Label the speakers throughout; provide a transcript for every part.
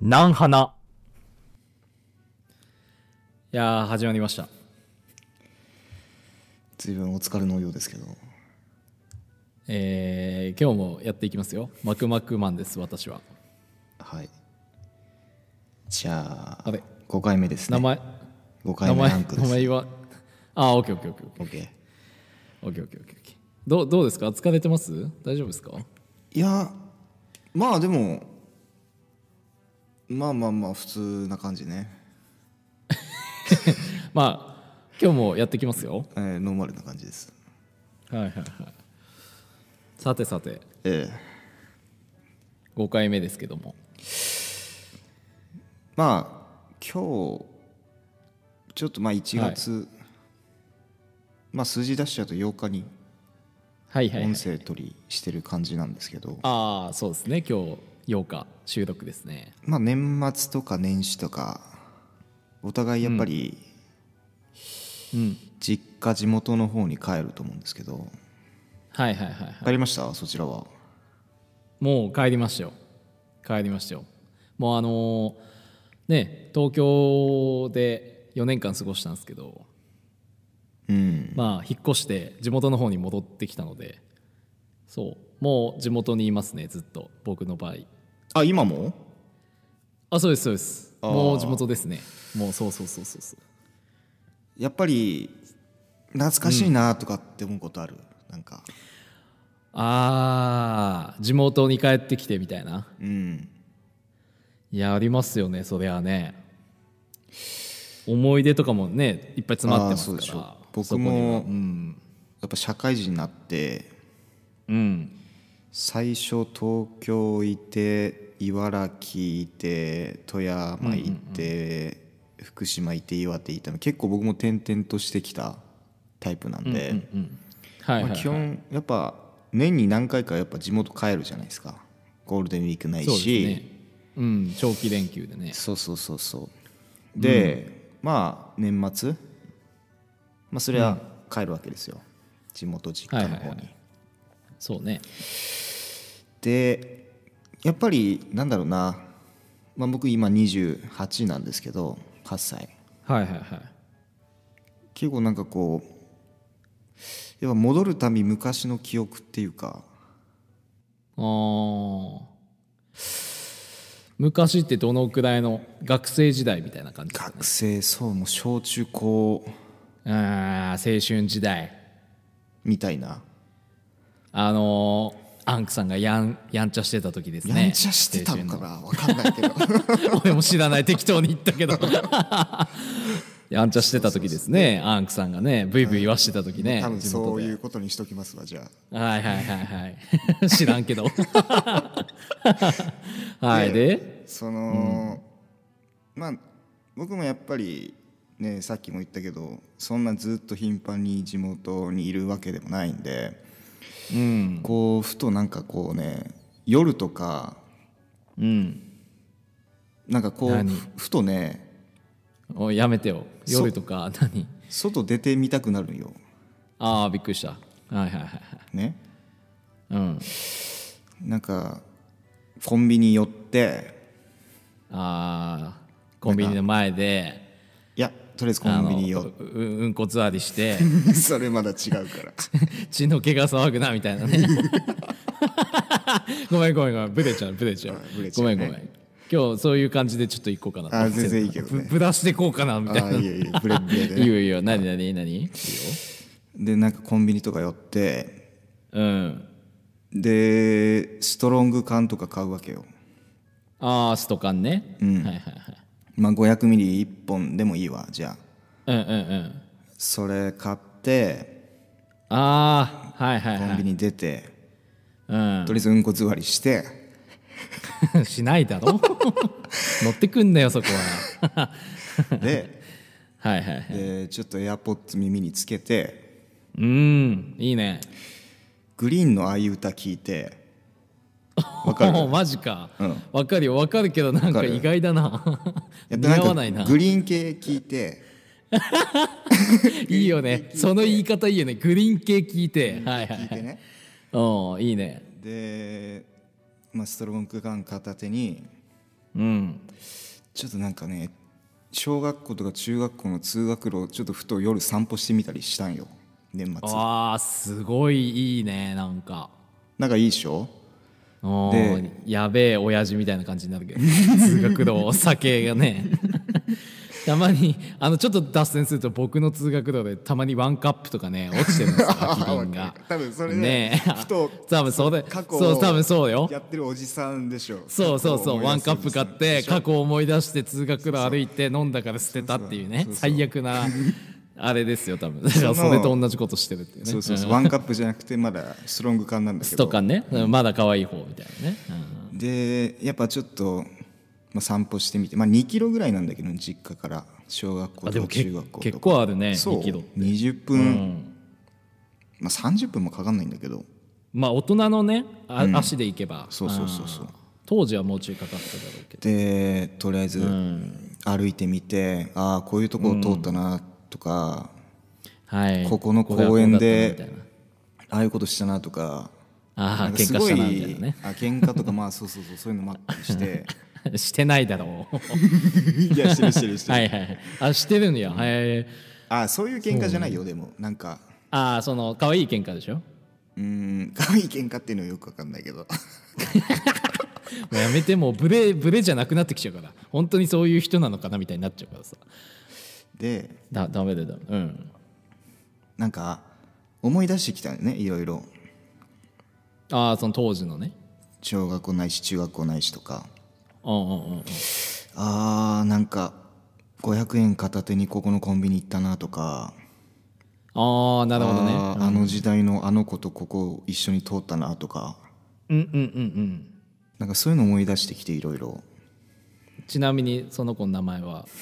Speaker 1: なんはな。
Speaker 2: いやー始まりました
Speaker 3: 随分お疲れのようですけど
Speaker 2: えー、今日もやっていきますよマクマクマンです私は
Speaker 3: はいじゃあ
Speaker 2: あれ
Speaker 3: 5回目ですね
Speaker 2: 名前、
Speaker 3: 5
Speaker 2: 名
Speaker 3: 回目
Speaker 2: 前
Speaker 3: ランクで
Speaker 2: 名
Speaker 3: す
Speaker 2: 前は あーオッケーオッケーオッケー
Speaker 3: オッケー
Speaker 2: オッケーオッケーオッケーオッケーオッケーどうどうですか疲れてます大丈夫ですか
Speaker 3: いやまあでもまあまあまあ普通な感じね、
Speaker 2: まあ今日もやってきますよ
Speaker 3: えーノーマルな感じです
Speaker 2: はいはいはいさてさて
Speaker 3: ええ
Speaker 2: 5回目ですけども
Speaker 3: まあ今日ちょっとまあ1月、まあ数字出しちゃうと8日に
Speaker 2: はいはい、はい
Speaker 3: 音、声取りしてる感じなんですけど、
Speaker 2: ああそうですね今日8日収録ですね
Speaker 3: まあ年末とか年始とかお互いやっぱり
Speaker 2: うん
Speaker 3: 実家地元の方に帰ると思うんですけど
Speaker 2: はいはいはいはい
Speaker 3: 帰りましたそちらは
Speaker 2: もう帰りましたよ帰りましたよもうあのーね東京で4年間過ごしたんですけど
Speaker 3: うん
Speaker 2: まあ引っ越して地元の方に戻ってきたのでそうもう地元にいますねずっと僕の場合
Speaker 3: あ今も
Speaker 2: あそうですそうです
Speaker 3: あー
Speaker 2: もう地元ですねもうそうそうそうそうそう
Speaker 3: やっぱり懐かしいなとかって思うことある、なんか
Speaker 2: あー地元に帰ってきてみたいな
Speaker 3: うん
Speaker 2: いやありますよねそれはね思い出とかもねいっぱい詰まってます
Speaker 3: あーそう
Speaker 2: か
Speaker 3: で
Speaker 2: ら
Speaker 3: しょ僕
Speaker 2: そこには
Speaker 3: も
Speaker 2: うん
Speaker 3: やっぱ社会人になって
Speaker 2: うん
Speaker 3: 最初東京いて茨城いて富山いて、福島いて岩手いて結構僕も転々としてきたタイプなんで、
Speaker 2: うんはいはい、
Speaker 3: ま
Speaker 2: は
Speaker 3: あ
Speaker 2: い、
Speaker 3: 基本やっぱ年に何回かやっぱ地元帰るじゃないですかゴールデンウィークない
Speaker 2: そうです
Speaker 3: し
Speaker 2: ね、うん、長期連休でね
Speaker 3: そうそうそうそうで、まあ年末、まあ、それは帰るわけですよ、地元実家の方に、
Speaker 2: はいはいはいそうね
Speaker 3: でやっぱりなんだろうな、まあ、僕今28なんですけど8歳
Speaker 2: はいはいはい
Speaker 3: 結構なんかこうやっぱ戻るたび昔の記憶っていうか
Speaker 2: あー昔ってどのくらいの学生時代みたいな感じ
Speaker 3: 学生そうもう小中高
Speaker 2: あー青春時代
Speaker 3: みたいな、
Speaker 2: あのーアンクさんがやんやんちゃしてた時ですね
Speaker 3: やんちゃしてたのかな分かんないけど
Speaker 2: 青春の俺も知らない適当に言った けどやんちゃしてた時ですねアンクさんがねブイブイ言わしてた時 ね
Speaker 3: 多分
Speaker 2: 地元で
Speaker 3: そういうことにしときますわじゃあ
Speaker 2: はいはいはいはい 知らんけどはいで
Speaker 3: その、まあ僕もやっぱりねさっきも言ったけどそんなずっと頻繁に地元にいるわけでもないんで、
Speaker 2: うん
Speaker 3: こうふとなんかこうね夜とか
Speaker 2: うん
Speaker 3: なんかこう
Speaker 2: 何
Speaker 3: ふふとね
Speaker 2: おやめてよ夜とか何
Speaker 3: 外出てみたくなるんよ、
Speaker 2: ああびっくりしたはいはいはいはい
Speaker 3: ね、
Speaker 2: うん
Speaker 3: なんかコンビニ寄って
Speaker 2: ああコンビニの前で
Speaker 3: いやとりあえずコンビニ
Speaker 2: あ
Speaker 3: 寄
Speaker 2: の
Speaker 3: っ
Speaker 2: うううんこつわりして
Speaker 3: て それまだ違うから。
Speaker 2: 血の毛が騒ぐなみたいなね ごめんごめんごめんブレちゃうブレちゃう
Speaker 3: うんブレち
Speaker 2: ご
Speaker 3: ゃう
Speaker 2: め
Speaker 3: ね
Speaker 2: んごめん今日そういう感じでちょっと行こうかなと
Speaker 3: あー全然いいけどね
Speaker 2: ぶぶらしてこうかなみたい
Speaker 3: あ
Speaker 2: な
Speaker 3: あいやいやブレッブレで、
Speaker 2: いいよいいよ何何何いいよ
Speaker 3: でなんかコンビニとか寄って
Speaker 2: うん
Speaker 3: でストロング缶とか買うわけよ
Speaker 2: ああストカンね、うん、はいはいはい
Speaker 3: まあ500ミリ1本でもいいわじゃ
Speaker 2: う
Speaker 3: あ
Speaker 2: んうんうん
Speaker 3: それ買って
Speaker 2: ああはいはい
Speaker 3: コ
Speaker 2: は
Speaker 3: ンビ
Speaker 2: い、
Speaker 3: ニ出て、
Speaker 2: うん
Speaker 3: とりあえずうんこ座りして、
Speaker 2: しないだろ乗ってくんなよそこは
Speaker 3: で
Speaker 2: はいはいはい
Speaker 3: でちょっとエアポッツ耳につけて
Speaker 2: うんいいね
Speaker 3: グリーンのああいう歌聞いて わかる
Speaker 2: おうマジか
Speaker 3: うん
Speaker 2: わ、かるよわかるけどなん
Speaker 3: わか
Speaker 2: か
Speaker 3: る
Speaker 2: 意外だな
Speaker 3: やっ
Speaker 2: 似
Speaker 3: ぱん
Speaker 2: 合
Speaker 3: か
Speaker 2: わないな
Speaker 3: グリーン系聞いて
Speaker 2: いいよねその言い方いいよねグリーン系聞いてはいはい
Speaker 3: 聞い
Speaker 2: は
Speaker 3: て
Speaker 2: い
Speaker 3: ね
Speaker 2: おういいね
Speaker 3: で、まあ、ストロング缶片手に
Speaker 2: うん
Speaker 3: ちょっとなんかね小学校とか中学校の通学路をちょっとふと夜散歩してみたりしたんよ年末
Speaker 2: あーすごいいいねなんか
Speaker 3: なんかいいでしょ
Speaker 2: お
Speaker 3: で
Speaker 2: ーやべえ親父みたいな感じになるけど通学路お酒が ねたまにあのちょっと脱線すると僕の通学路でたまにワンカップとかね落ちてるんですよ空き 瓶が
Speaker 3: 多分それね
Speaker 2: ねえ
Speaker 3: ふと
Speaker 2: 多分そうで
Speaker 3: 過去を
Speaker 2: そう多分そうよ
Speaker 3: やってるおじさんでしょ
Speaker 2: そうそうそうワンカップ買って過
Speaker 3: 去
Speaker 2: 去を思い出して通学路歩いて飲んだから捨てたっていうね
Speaker 3: そうそう
Speaker 2: 最悪なあれですよ多分だから
Speaker 3: その
Speaker 2: それと同じことしてるっていうね
Speaker 3: そうそうそう
Speaker 2: うん
Speaker 3: ワンカップじゃなくてまだストロング缶なんだけ
Speaker 2: ス
Speaker 3: ど
Speaker 2: トカンねうんまだ可愛い方みたいなねうん
Speaker 3: でやっぱちょっと、まあ、散歩してみて、まあ、2キロぐらいなんだけど実家から小学校
Speaker 2: あで
Speaker 3: と
Speaker 2: も
Speaker 3: か
Speaker 2: け
Speaker 3: 中学校
Speaker 2: 結
Speaker 3: とか
Speaker 2: 構あるね
Speaker 3: そう
Speaker 2: 2キロ
Speaker 3: 20分、まあ、30分もかかんないんだけど
Speaker 2: まあ大人のねあ足で行けば
Speaker 3: そうそうそうそう
Speaker 2: 当時はもうちょいかかっただろうけど
Speaker 3: でとりあえず歩いてみて、ああこういうとこを通ったなとか、
Speaker 2: はい
Speaker 3: ここの
Speaker 2: が
Speaker 3: 公園で
Speaker 2: こうだったなみたい
Speaker 3: ああいうことしたなとか
Speaker 2: あー
Speaker 3: なんかすご
Speaker 2: 喧嘩したなみたいなね
Speaker 3: あ喧嘩とかまあそうそうそうそういうのもあったりして
Speaker 2: な してないだろう
Speaker 3: いやしてるしてるしてる、
Speaker 2: はいはいはいあしてるんやはい
Speaker 3: ああそういう喧嘩じゃないよでもなんか
Speaker 2: ああその可愛い喧嘩でしょ
Speaker 3: うーん可愛い喧嘩っていうのはよくわかんないけど
Speaker 2: もうやめてもうブレブレじゃなくなってきちゃうから本当にそういう人なのかなみたいになっちゃうからさ
Speaker 3: で
Speaker 2: だダメだよダメだようん
Speaker 3: なんか思い出してきたよねいろいろ
Speaker 2: ああその当時のね
Speaker 3: 小学校ないし中学校ないしとか
Speaker 2: うんうんうんうん
Speaker 3: あーなんか500円片手にここのコンビニ行ったなとか
Speaker 2: ああなるほどね
Speaker 3: あーあの時代のあの子とここ一緒に通ったなとか
Speaker 2: うんうんうんうん
Speaker 3: なんかそういうの思い出してきていろいろ
Speaker 2: ちなみにその子の名前は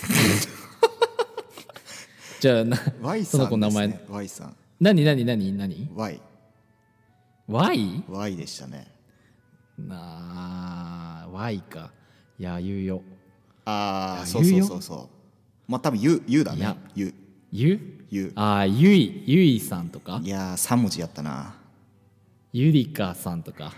Speaker 2: じゃあな
Speaker 3: Y
Speaker 2: そ
Speaker 3: さ
Speaker 2: の子
Speaker 3: ん
Speaker 2: の名
Speaker 3: です
Speaker 2: 前
Speaker 3: ね Y さん
Speaker 2: 何何何何
Speaker 3: Y
Speaker 2: Y?
Speaker 3: Y でしたね
Speaker 2: なあ Y かいや言うよ
Speaker 3: ああ
Speaker 2: ー
Speaker 3: そうそうそうそうまあ多分 U, U だ
Speaker 2: い
Speaker 3: ね
Speaker 2: や
Speaker 3: U,
Speaker 2: ゆ
Speaker 3: U
Speaker 2: ああゆいゆいさんとか
Speaker 3: いやー3文字やったな
Speaker 2: ゆりかさんとか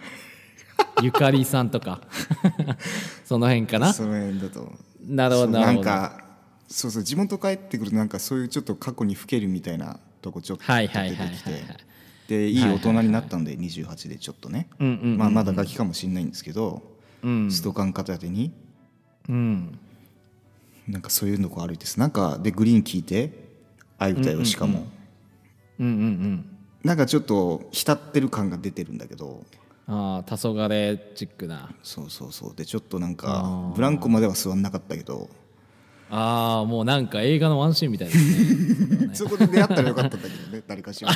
Speaker 2: ゆかりさんとか その辺かな
Speaker 3: その辺だと思う
Speaker 2: なるほど
Speaker 3: そう
Speaker 2: なる
Speaker 3: ん
Speaker 2: ほど
Speaker 3: かそうそう地元帰ってくるとなんかそういうちょっと過去にふけるみたいなとこちょっと
Speaker 2: は
Speaker 3: 出
Speaker 2: い
Speaker 3: て
Speaker 2: はいはいはい
Speaker 3: き
Speaker 2: はい
Speaker 3: てでいい大人になったんで28でちょっとね
Speaker 2: うんうんうんうん
Speaker 3: まあまだガキかもしれないんですけど
Speaker 2: うん
Speaker 3: ストカン片手に
Speaker 2: うん
Speaker 3: なんかそういうのこ歩いてなんかでグリーン聞いてああいう歌よしかも
Speaker 2: うんうんうん
Speaker 3: なんかちょっと浸ってる感が出てるんだけど
Speaker 2: ああ黄昏チックな
Speaker 3: そうそうそうでちょっとなんかブランコまでは座んなかったけど
Speaker 2: ああもうなんか映画のワンシーンみたいですね
Speaker 3: そこで出会ったらよかったんだけどね誰 かしら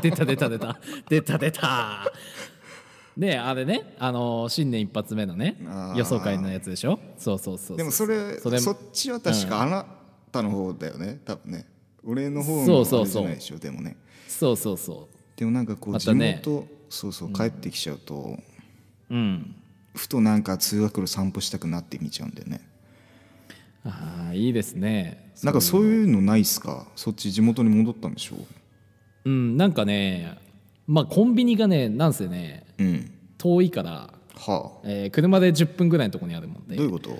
Speaker 2: 出た出た出た出た出たねあれねあのー新年一発目のね
Speaker 3: あー
Speaker 2: 予想会のやつでしょそうそうそう
Speaker 3: でもそれ
Speaker 2: そ
Speaker 3: そ
Speaker 2: れ
Speaker 3: っちは確かあなたの方だよね多分ね俺の方
Speaker 2: そ
Speaker 3: の
Speaker 2: うそう
Speaker 3: あれじ
Speaker 2: そう
Speaker 3: ゃないでしょでもね
Speaker 2: そうそうそ
Speaker 3: でもなんかこう
Speaker 2: ま
Speaker 3: 地
Speaker 2: たね
Speaker 3: 元、そうそう帰ってきちゃうと
Speaker 2: ううん
Speaker 3: ふとなんか通学路散歩したくなってみちゃうんだよね
Speaker 2: ああいいですね
Speaker 3: なんかそういうのないっすかそっち地元に戻ったんでしょ
Speaker 2: うんなんかねまあコンビニがねなんせね
Speaker 3: うん
Speaker 2: 遠いから、
Speaker 3: はあ
Speaker 2: えー車で10分ぐらいのところにあるもんで
Speaker 3: どういうこと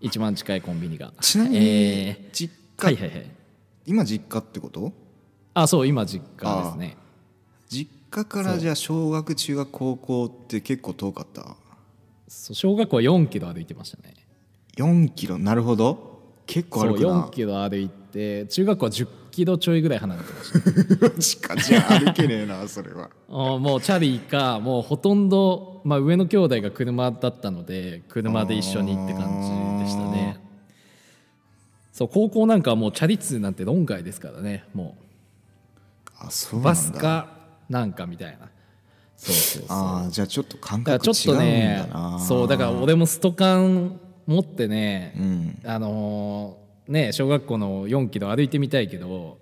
Speaker 2: 一番近いコンビニが
Speaker 3: ちなみに
Speaker 2: え
Speaker 3: 実
Speaker 2: ー
Speaker 3: 家、
Speaker 2: はいはいはい
Speaker 3: 今実家ってこと
Speaker 2: あそう今実家ですね
Speaker 3: 実家からじゃあ小学中学高校って結構遠かった
Speaker 2: そう小学校は4キロ歩いてましたね
Speaker 3: 4キロなるほど結構
Speaker 2: そう
Speaker 3: 歩くな
Speaker 2: 4キロ歩いて中学校は10キロちょいぐらい離れてました
Speaker 3: しかじゃあ歩けねえなそれ は
Speaker 2: あーもうチャリかもうほとんど、まあ、上の兄弟が車だったので車で一緒にって感じでしたねそう高校なんかはもうチャリ通なんて論外ですからねも
Speaker 3: あそう
Speaker 2: う
Speaker 3: なん
Speaker 2: バ
Speaker 3: だ
Speaker 2: スかなんかみたいなそうそうそう
Speaker 3: ああじゃあちょっと感
Speaker 2: だから
Speaker 3: 覚
Speaker 2: ちょっ
Speaker 3: 違うん
Speaker 2: とね
Speaker 3: だな
Speaker 2: そうだから俺もストカン持ってね、
Speaker 3: うん
Speaker 2: あのーね小学校の4キロ歩いてみたいけど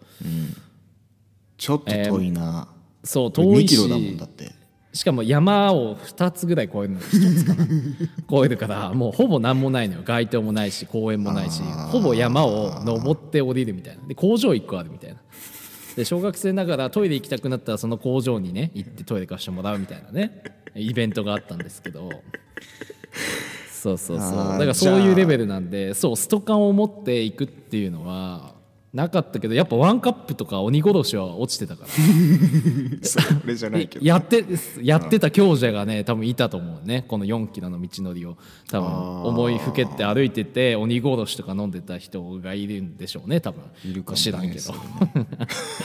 Speaker 3: ちょっと遠いな、
Speaker 2: そう
Speaker 3: これ
Speaker 2: 遠
Speaker 3: 2
Speaker 2: い
Speaker 3: キ
Speaker 2: し
Speaker 3: ロだもんだって
Speaker 2: しかも山を2つぐらい越えるの1つかな越えるからもうほぼ何もないのよ街灯もないし公園もないしほぼ山を登って降りるみたいなで工場1個あるみたいなで小学生ながらトイレ行きたくなったらその工場に ね行ってトイレ貸してもらうみたいなねイベントがあったんですけどそうそうそう
Speaker 3: あー
Speaker 2: だからそういうレベ
Speaker 3: じ
Speaker 2: ルなんでそうストカンを持っていくっていうのはなかったけどやっぱワンカップとか鬼殺しは落ちてたから
Speaker 3: それじゃない けど
Speaker 2: やってやってた強者がね多分いたと思うねこの4キロの道のりを多
Speaker 3: あ
Speaker 2: 分
Speaker 3: ー
Speaker 2: 思いふけって歩いてて鬼殺しとか飲んでた人がいるんでしょうね多分
Speaker 3: いるかもね
Speaker 2: 知らんけど
Speaker 3: それ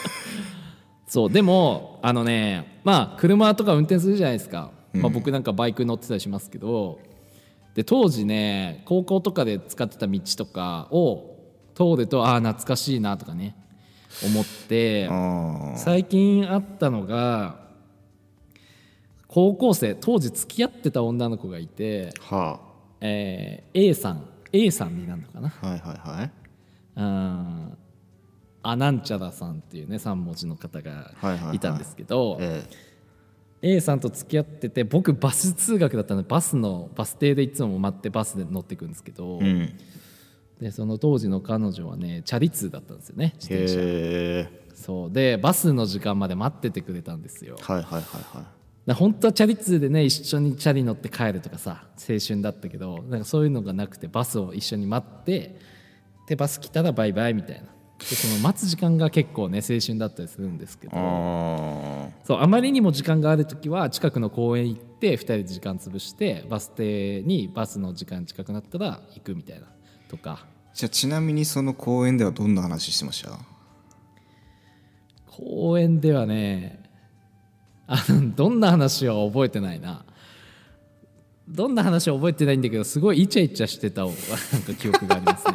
Speaker 2: そうでもあのねまあ車とか運転するじゃないですか、まあ、僕なんかバイク乗ってたりしますけどで当時ね高校とかで使ってた道とかを通るとああ懐かしいなとかね思って
Speaker 3: あー
Speaker 2: 最近あったのが高校生当時付き合ってた女の子がいて、
Speaker 3: は
Speaker 2: えー A さん A さんになるのかな
Speaker 3: あはいはいはい
Speaker 2: うんアナンチャラさんっていうね3文字の方が
Speaker 3: はいはいはい
Speaker 2: いたんですけど、
Speaker 3: え
Speaker 2: A さんと付き合ってて僕バス通学だったのでバスのバス停でいつも待ってバスで乗ってくんですけど、
Speaker 3: えうん
Speaker 2: でその当時の彼女はねチャリ通だったんですよね自転車
Speaker 3: へえ
Speaker 2: そうでバスの時間まで待っててくれたんですよ
Speaker 3: はいはいはいはい
Speaker 2: だから本当はチャリ通でね一緒にチャリ乗って帰るとかさ青春だったけどなんかそういうのがなくてバスを一緒に待ってでバス来たらバイバイみたいなでその待つ時間が結構ね青春だったりするんですけど
Speaker 3: あ
Speaker 2: そうあまりにも時間がある時は近くの公園行って2人で時間潰してバス停にバスの時間近くなったら行くみたいなとか
Speaker 3: あじゃあちなみにその公園ではどんな話してました
Speaker 2: 公園ではねあのどんな話は覚えてないなどんな話は覚えてないんだけどすごいイチャイチャしてたお なんか記憶がありますね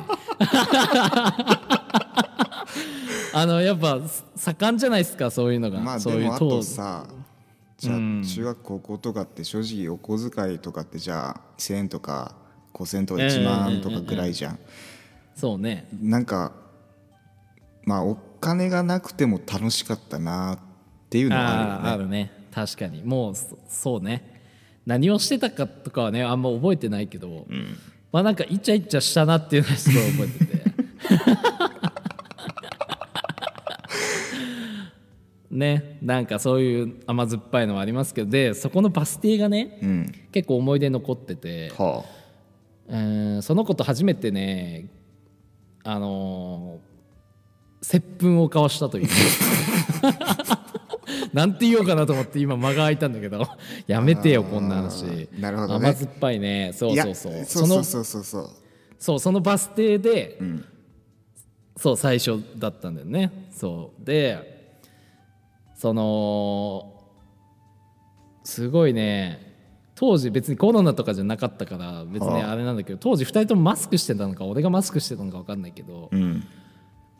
Speaker 2: あのやっぱ盛んじゃないですかそういうのが、
Speaker 3: まあ
Speaker 2: そ
Speaker 3: で
Speaker 2: ういう
Speaker 3: もあとさじゃあ中学高校とかって正直お小遣いとかってじゃあ1,000円とか5,000円とか
Speaker 2: ええ
Speaker 3: 1万円とかぐらいじゃん。
Speaker 2: そうね
Speaker 3: なんかまあお金がなくても楽しかったなっていうのはあ
Speaker 2: あーあるね確かにもうそそうね何をしてたかとかはねあんま覚えてないけど、まあなんかイチャイチャしたなっていうのはすごい覚 えててねなんかそういう甘酸っぱいのはありますけどでそこのバス停がね、
Speaker 3: るよね。
Speaker 2: 結構思い出残ってて
Speaker 3: うん、は
Speaker 2: うーんその子と初めてねあのー接吻を交わした というなんて言おうかなと思って今間が空いたんだけどやめてよこんな話
Speaker 3: あーなるほどね
Speaker 2: 甘酸っぱいね
Speaker 3: あ、
Speaker 2: そう
Speaker 3: いや
Speaker 2: そうそう
Speaker 3: そう
Speaker 2: そ
Speaker 3: そ
Speaker 2: の
Speaker 3: うそうそうそう
Speaker 2: そうそのバス停で、
Speaker 3: ん
Speaker 2: そう最初だったんだよねそうでそのすごいね当時別にコロナとかじゃなかったから別に
Speaker 3: はあ
Speaker 2: あれなんだけど当時2人ともマスクしてたのか俺がマスクしてたのか分かんないけど、
Speaker 3: うん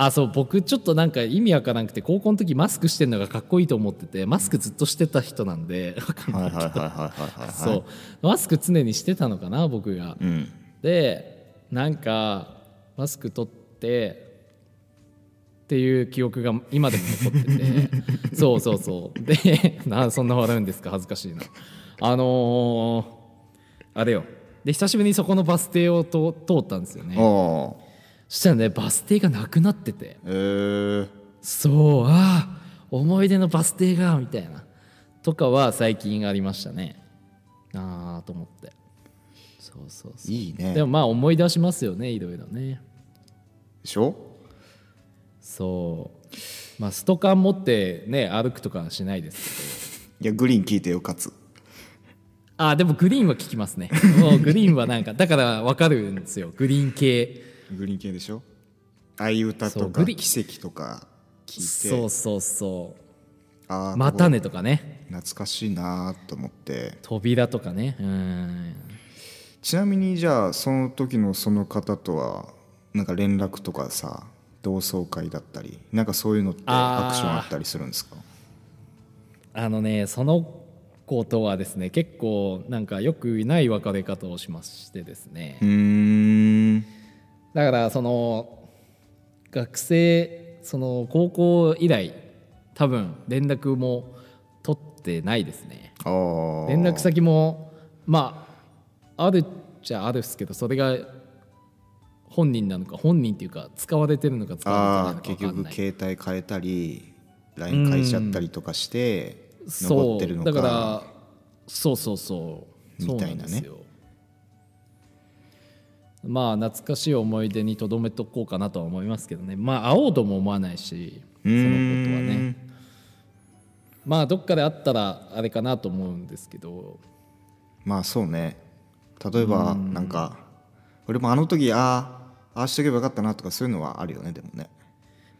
Speaker 2: あそう僕ちょっとなんか意味わからなくて高校の時マスクしてるのがかっこいいと思っててマスクずっとしてた人なんでわかん
Speaker 3: はい
Speaker 2: な
Speaker 3: はいいはいはいはいはい
Speaker 2: そうマスク常にしてたのかな僕が。
Speaker 3: うん
Speaker 2: でなんかマスク取ってっていう記憶が今でも残って てそうそうそうで なそんな笑うんですか恥ずかしいなあのーあれよで久しぶりにそこのバス停をと通ったんですよね
Speaker 3: お
Speaker 2: そしたらねバス停がなくなってて
Speaker 3: えー、
Speaker 2: そうああ思い出のバス停がみたいなとかは最近ありましたねああと思ってそうそうそう
Speaker 3: いいね
Speaker 2: でもまあ思い出しますよねいろいろね
Speaker 3: でしょ
Speaker 2: そうまあストカン持ってね歩くとかはしないですけど
Speaker 3: いやグリーン聞いてよかつ
Speaker 2: あでもグリーンは効きます ねもうグリーンはなんかだから分かるんですよグリーン系
Speaker 3: グリーン系でしょああいう歌
Speaker 2: そ
Speaker 3: と
Speaker 2: う
Speaker 3: か
Speaker 2: グリ
Speaker 3: 奇跡とか聞いて
Speaker 2: そうそうそ
Speaker 3: あ
Speaker 2: う
Speaker 3: あ
Speaker 2: またねとかね
Speaker 3: 懐かしいなーと思って
Speaker 2: 扉とかねうん
Speaker 3: ちなみにじゃあその時のその方とはなんか連絡とかさ同窓会だったりなんかそういうのって
Speaker 2: あー
Speaker 3: アクションあったりするんですか
Speaker 2: あのねその子とはですね結構なんかよくない別れ方をしましてですね、
Speaker 3: うーん
Speaker 2: だからその学生その高校以来多分連絡も取ってないですね
Speaker 3: あー
Speaker 2: 連絡先もまああるっちゃあるっすけどそれが本人なのか本人っていうか使われてるのか使わ
Speaker 3: あ
Speaker 2: れ
Speaker 3: ー
Speaker 2: てない
Speaker 3: 結
Speaker 2: のか分
Speaker 3: 局
Speaker 2: かんない
Speaker 3: 携帯変えたり LINE 変えちゃったりとかして残ってるの
Speaker 2: そうだ
Speaker 3: か
Speaker 2: からそうそうそうそう
Speaker 3: みたいなね
Speaker 2: んですよまあ懐かしい思い出にとどめとこうかなとは思いますけどねまあ会おうとも思わないしそのことはねまあどっかで会ったらあれかなと思うんですけど
Speaker 3: まあそうね例えばなんか俺もあの時ああああしとけばよかったなとかそういうのはあるよねでもね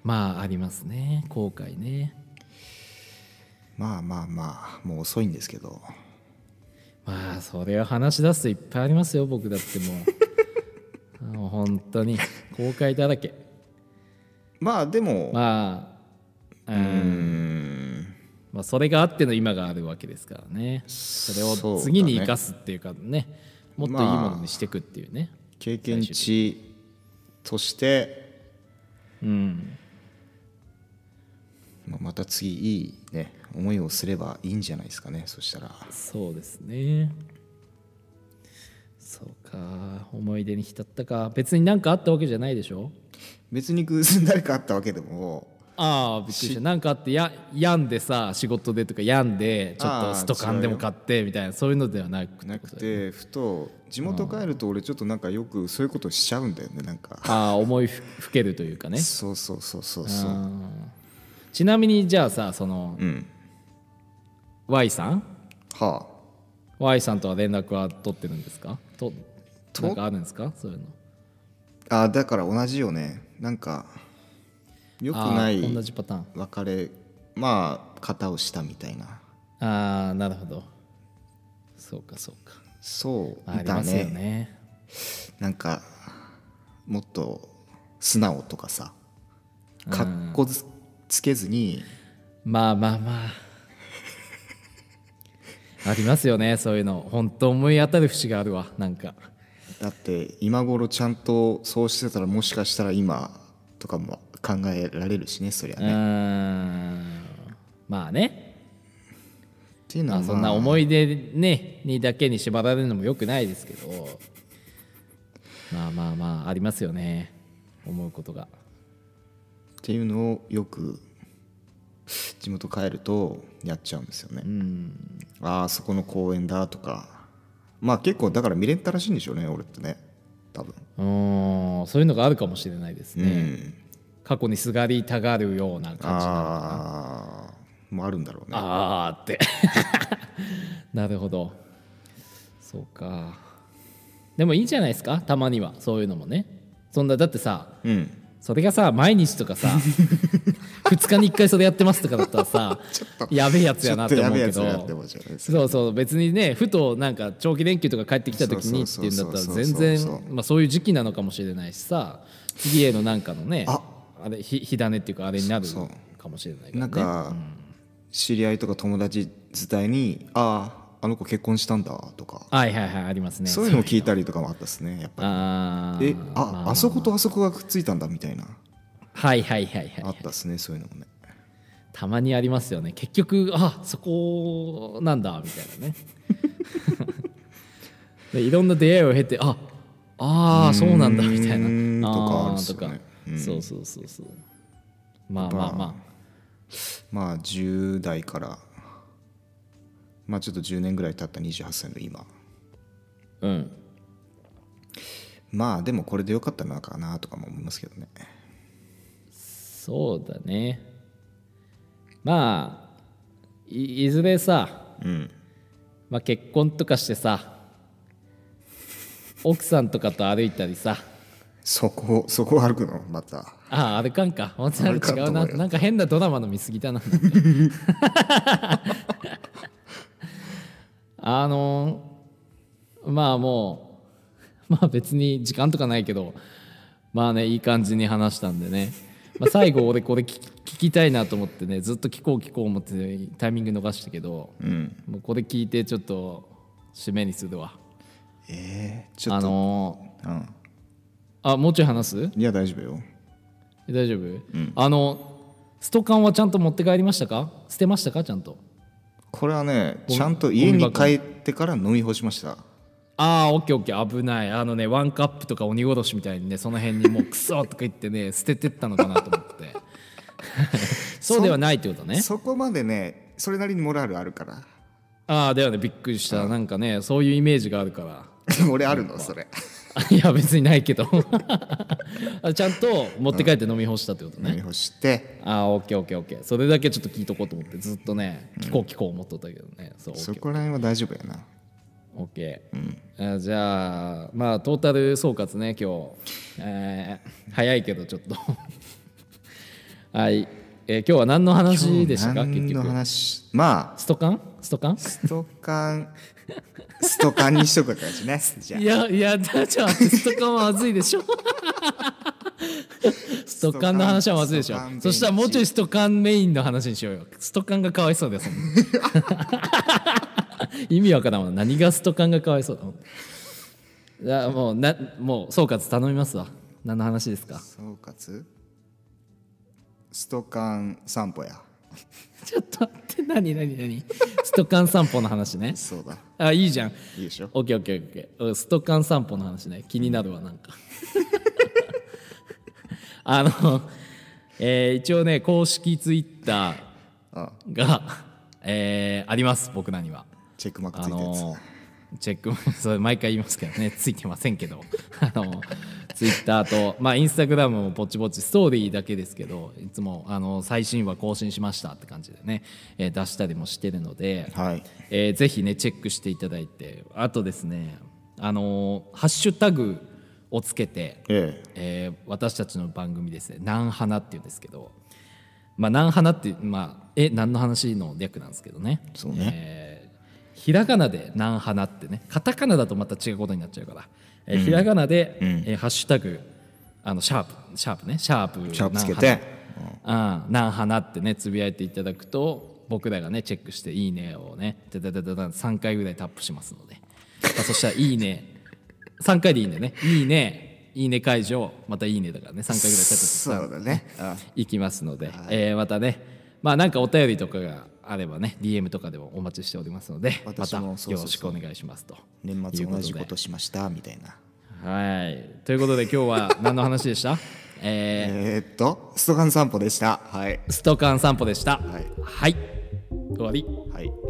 Speaker 2: まあありますね後悔ね
Speaker 3: まあまあまあもう遅いんですけど
Speaker 2: まあそれを話し出すといっぱいありますよ僕だってもう もう本当に後悔だらけ
Speaker 3: まあでも、
Speaker 2: まあうん
Speaker 3: うん
Speaker 2: まあ、それがあっての今があるわけですからねそれ
Speaker 3: そ
Speaker 2: を
Speaker 3: うだね
Speaker 2: 次に生かすっていうかねもっといいものにしていくっていうね、
Speaker 3: 経験値として、
Speaker 2: うん
Speaker 3: まあ、また次いいね思いをすればいいんじゃないですかねそしたら
Speaker 2: そうですねそうか思い出に浸ったか別に何かあったわけじゃないでしょ
Speaker 3: 別に偶然誰かあったわけでも
Speaker 2: ああびっくりした何かあってや病んでさ仕事でとか病んでちょっ
Speaker 3: ああ
Speaker 2: とストカンでも買ってみたいなそういうのではなく
Speaker 3: なくてふと地元帰ると俺ちょっとなんかよくそういうことしちゃうんだよねなんか
Speaker 2: ああ思いふふけるというかね
Speaker 3: そうそうそうそうそう
Speaker 2: うんちなみにじゃあさその
Speaker 3: うん
Speaker 2: Y さん
Speaker 3: は
Speaker 2: Y さんとは連絡は取ってるんですかと
Speaker 3: と
Speaker 2: なんかあるんですかそういうの
Speaker 3: ああだから同じよねなんかよく
Speaker 2: あー
Speaker 3: ない
Speaker 2: 同じパターン
Speaker 3: 別れまあ型をしたみたいな
Speaker 2: ああなるほどそうかそうか
Speaker 3: そう
Speaker 2: あり
Speaker 3: だ
Speaker 2: ます
Speaker 3: ね
Speaker 2: よね
Speaker 3: なんかもっと素直とかさかっこつつけずに
Speaker 2: まあまあ まあありますよねそういうの本当思い当たる節があるわなんか
Speaker 3: だって今頃ちゃんとそうしてたらもしかしたら今とかも考えられるしねそりゃ
Speaker 2: う
Speaker 3: ね、っ
Speaker 2: ーんまあね、
Speaker 3: ていう
Speaker 2: まあ、
Speaker 3: のは、まあ、
Speaker 2: そんな思い出、ね、にだけに縛られるのもよくないですけどまあまあまあありますよね思うことが。
Speaker 3: っていうのをよく地元帰るとやっちゃうんですよね、ああそこの公園だとかまあ結構だから見れたらしいんでしょうね俺ってね多分
Speaker 2: うーんそういうのがあるかもしれないです
Speaker 3: う
Speaker 2: ね、
Speaker 3: ん
Speaker 2: 過去にすがりたがるような感じの
Speaker 3: ああもあるんだろうね
Speaker 2: あーって なるほどそうかでもいいじゃないですかたまにはそういうのもねそんなだってさ
Speaker 3: うん
Speaker 2: それがさ毎日とか さ2日に1回それやってますとかだったらさやべえやつやなって思うけ
Speaker 3: ちょっとやべえやつやなって
Speaker 2: ど
Speaker 3: 思うじゃないですか
Speaker 2: そうそう別にねふとなんか長期連休とか帰ってきた時にっていうんだったら
Speaker 3: そうそうそうそう
Speaker 2: 全然まあそういう時期なのかもしれないしさ次へのなんかのね
Speaker 3: あ
Speaker 2: あれひ火種っていうかあれになる
Speaker 3: そう
Speaker 2: かもしれないからね
Speaker 3: なんか、知り合いとか友達伝いに「あああの子結婚したんだ」とか、
Speaker 2: はいはいはいありますね
Speaker 3: そういうのを聞いたりとかもあったですねやっぱ
Speaker 2: あ
Speaker 3: り
Speaker 2: ー
Speaker 3: えあ、
Speaker 2: ま
Speaker 3: あ、そことあそこがくっついたんだみたいな
Speaker 2: はいはいはい
Speaker 3: あ
Speaker 2: は
Speaker 3: っ
Speaker 2: い
Speaker 3: たですねそういうのもね
Speaker 2: たまにありますよね結局あそこなんだみたいな ねでいろんな出会いを経てああーそうなんだみたいな
Speaker 3: うーんとかあ
Speaker 2: あ
Speaker 3: るっ
Speaker 2: ー
Speaker 3: すよね
Speaker 2: とかそうそうそうそうまあまあま
Speaker 3: まあ10代からまあちょっと10年ぐらい経った28歳の今
Speaker 2: あうん
Speaker 3: まあでもこれでよかったのかなとかも思いますけどね
Speaker 2: そうだねまあいいずれさ、まあ、結婚とかしてさ奥さんとかと歩いたりさ
Speaker 3: そこそこを歩くのまた
Speaker 2: ああ、歩かんか。もちろん違
Speaker 3: 歩かんと
Speaker 2: う
Speaker 3: 思
Speaker 2: な。
Speaker 3: うよ
Speaker 2: なんか変なドラマの見過ぎだな。 あのーまあもう、まあ別に時間とかないけど、まあね、いい感じに話したんでね。まあ、最後俺これ聞き聞きたいなと思ってね、ずっと聞こう聞こう思ってタイミング逃したけど、もうこれ聞いてちょっと締めにするわ。
Speaker 3: えー、ちょ
Speaker 2: あ
Speaker 3: っと、
Speaker 2: の
Speaker 3: うん
Speaker 2: ーあ、もうちょい話す
Speaker 3: いや大丈夫よ
Speaker 2: え大丈夫、あのストカンはちゃんと持って帰りましたか捨てましたかちゃんと
Speaker 3: これはね
Speaker 2: ゴミ
Speaker 3: ちゃんと家に帰ってから飲み干しました
Speaker 2: ああオッケーオッケー危ないあのねワンカップとか鬼殺しみたいにねその辺にもうクソとか言ってね 捨ててったのかなと思って そうではないってことね
Speaker 3: そこまでねそれなりにモラルあるから
Speaker 2: ああだよねびっくりしたなんかねそういうイメージがあるから
Speaker 3: 俺あるのそれ
Speaker 2: いや別にないけど あちゃんと持って帰って飲み干したってことね、
Speaker 3: 飲み干して
Speaker 2: あーオッケーオッケーオッケーそれだけちょっと聞いとこうと思ってずっとね聞こう聞こう思っとったけどね、そうオッ
Speaker 3: そ
Speaker 2: ケー
Speaker 3: こら辺は大丈夫やな
Speaker 2: オッケーあじゃあまあトータル総括ね今日、えー早いけどちょっと はい、えー今日は何の話でしたか結
Speaker 3: 何の
Speaker 2: 局
Speaker 3: 話まあ
Speaker 2: ストカンストカン
Speaker 3: スト カンストカンにしとく感じねじゃあ
Speaker 2: いやいやだじゃあストカンはまずいで しょストカンの話はまずいでしょ
Speaker 3: ストカンベンチ
Speaker 2: そしたらもうちょいストカンメインの話にしようよストカンがかわいそうだよそんな 意味わからんわ何がストカンがかわいそうだもんいやもうなもう総括頼みますわ何の話ですか
Speaker 3: 総括ストカン散歩や
Speaker 2: ちょっと待って何何何ストカン散歩の話ね
Speaker 3: そうだ
Speaker 2: あいいじゃん
Speaker 3: いいでしょ
Speaker 2: オッケーオッケーオッケーストカン散歩の話ね気になるわなん かあの、えー一応ね公式ツイッタ
Speaker 3: あ
Speaker 2: ーが、えーあります僕らには
Speaker 3: チェックマークつ
Speaker 2: あ
Speaker 3: いたやつ、
Speaker 2: のチェック それ毎回言いますけどねついてませんけど あのツイッターとまあインスタグラムもぼちぼちストーリーだけですけどいつもあの最新話更新しましたって感じでね、えー出したりもしてるので、
Speaker 3: はい
Speaker 2: えーぜひねチェックしていただいてあとですねあのーハッシュタグをつけて、
Speaker 3: え
Speaker 2: えー私たちの番組ですね「なんはな」っていうんですけどまあ「なんはな」ってまあえ何の話の略なんですけどね
Speaker 3: そうね
Speaker 2: えーひらがなで「なんはな」ってねカタカナだとまた違うことになっちゃうから、えーひらがなで、えーハッシュタグあのシャープシャープねシャープ
Speaker 3: えシャープつけて
Speaker 2: うん、なんはなってねつぶやいていただくと僕らがねチェックして「いいね」をねだだだだだ3回ぐらいタップしますので、まあそしたら「いいね」3回でいいんだよね「いいね」「いいね」解除また「いいね」だからね3回ぐらいタップ
Speaker 3: そうだねあ
Speaker 2: いきますので、えーまたねまあなんかお便りとかがあればね DM とかでもお待ちしておりますのでま
Speaker 3: 私
Speaker 2: た
Speaker 3: も
Speaker 2: よ
Speaker 3: そうそう
Speaker 2: ろしく
Speaker 3: そ
Speaker 2: お願いしますと
Speaker 3: 年末同じこ
Speaker 2: いうこと
Speaker 3: しましたみたいな
Speaker 2: とではいということで今日は何の話でした えー
Speaker 3: えー、っとストカン散歩でしたはい
Speaker 2: ストカン散歩でした。
Speaker 3: はい
Speaker 2: はい、終わり。
Speaker 3: はい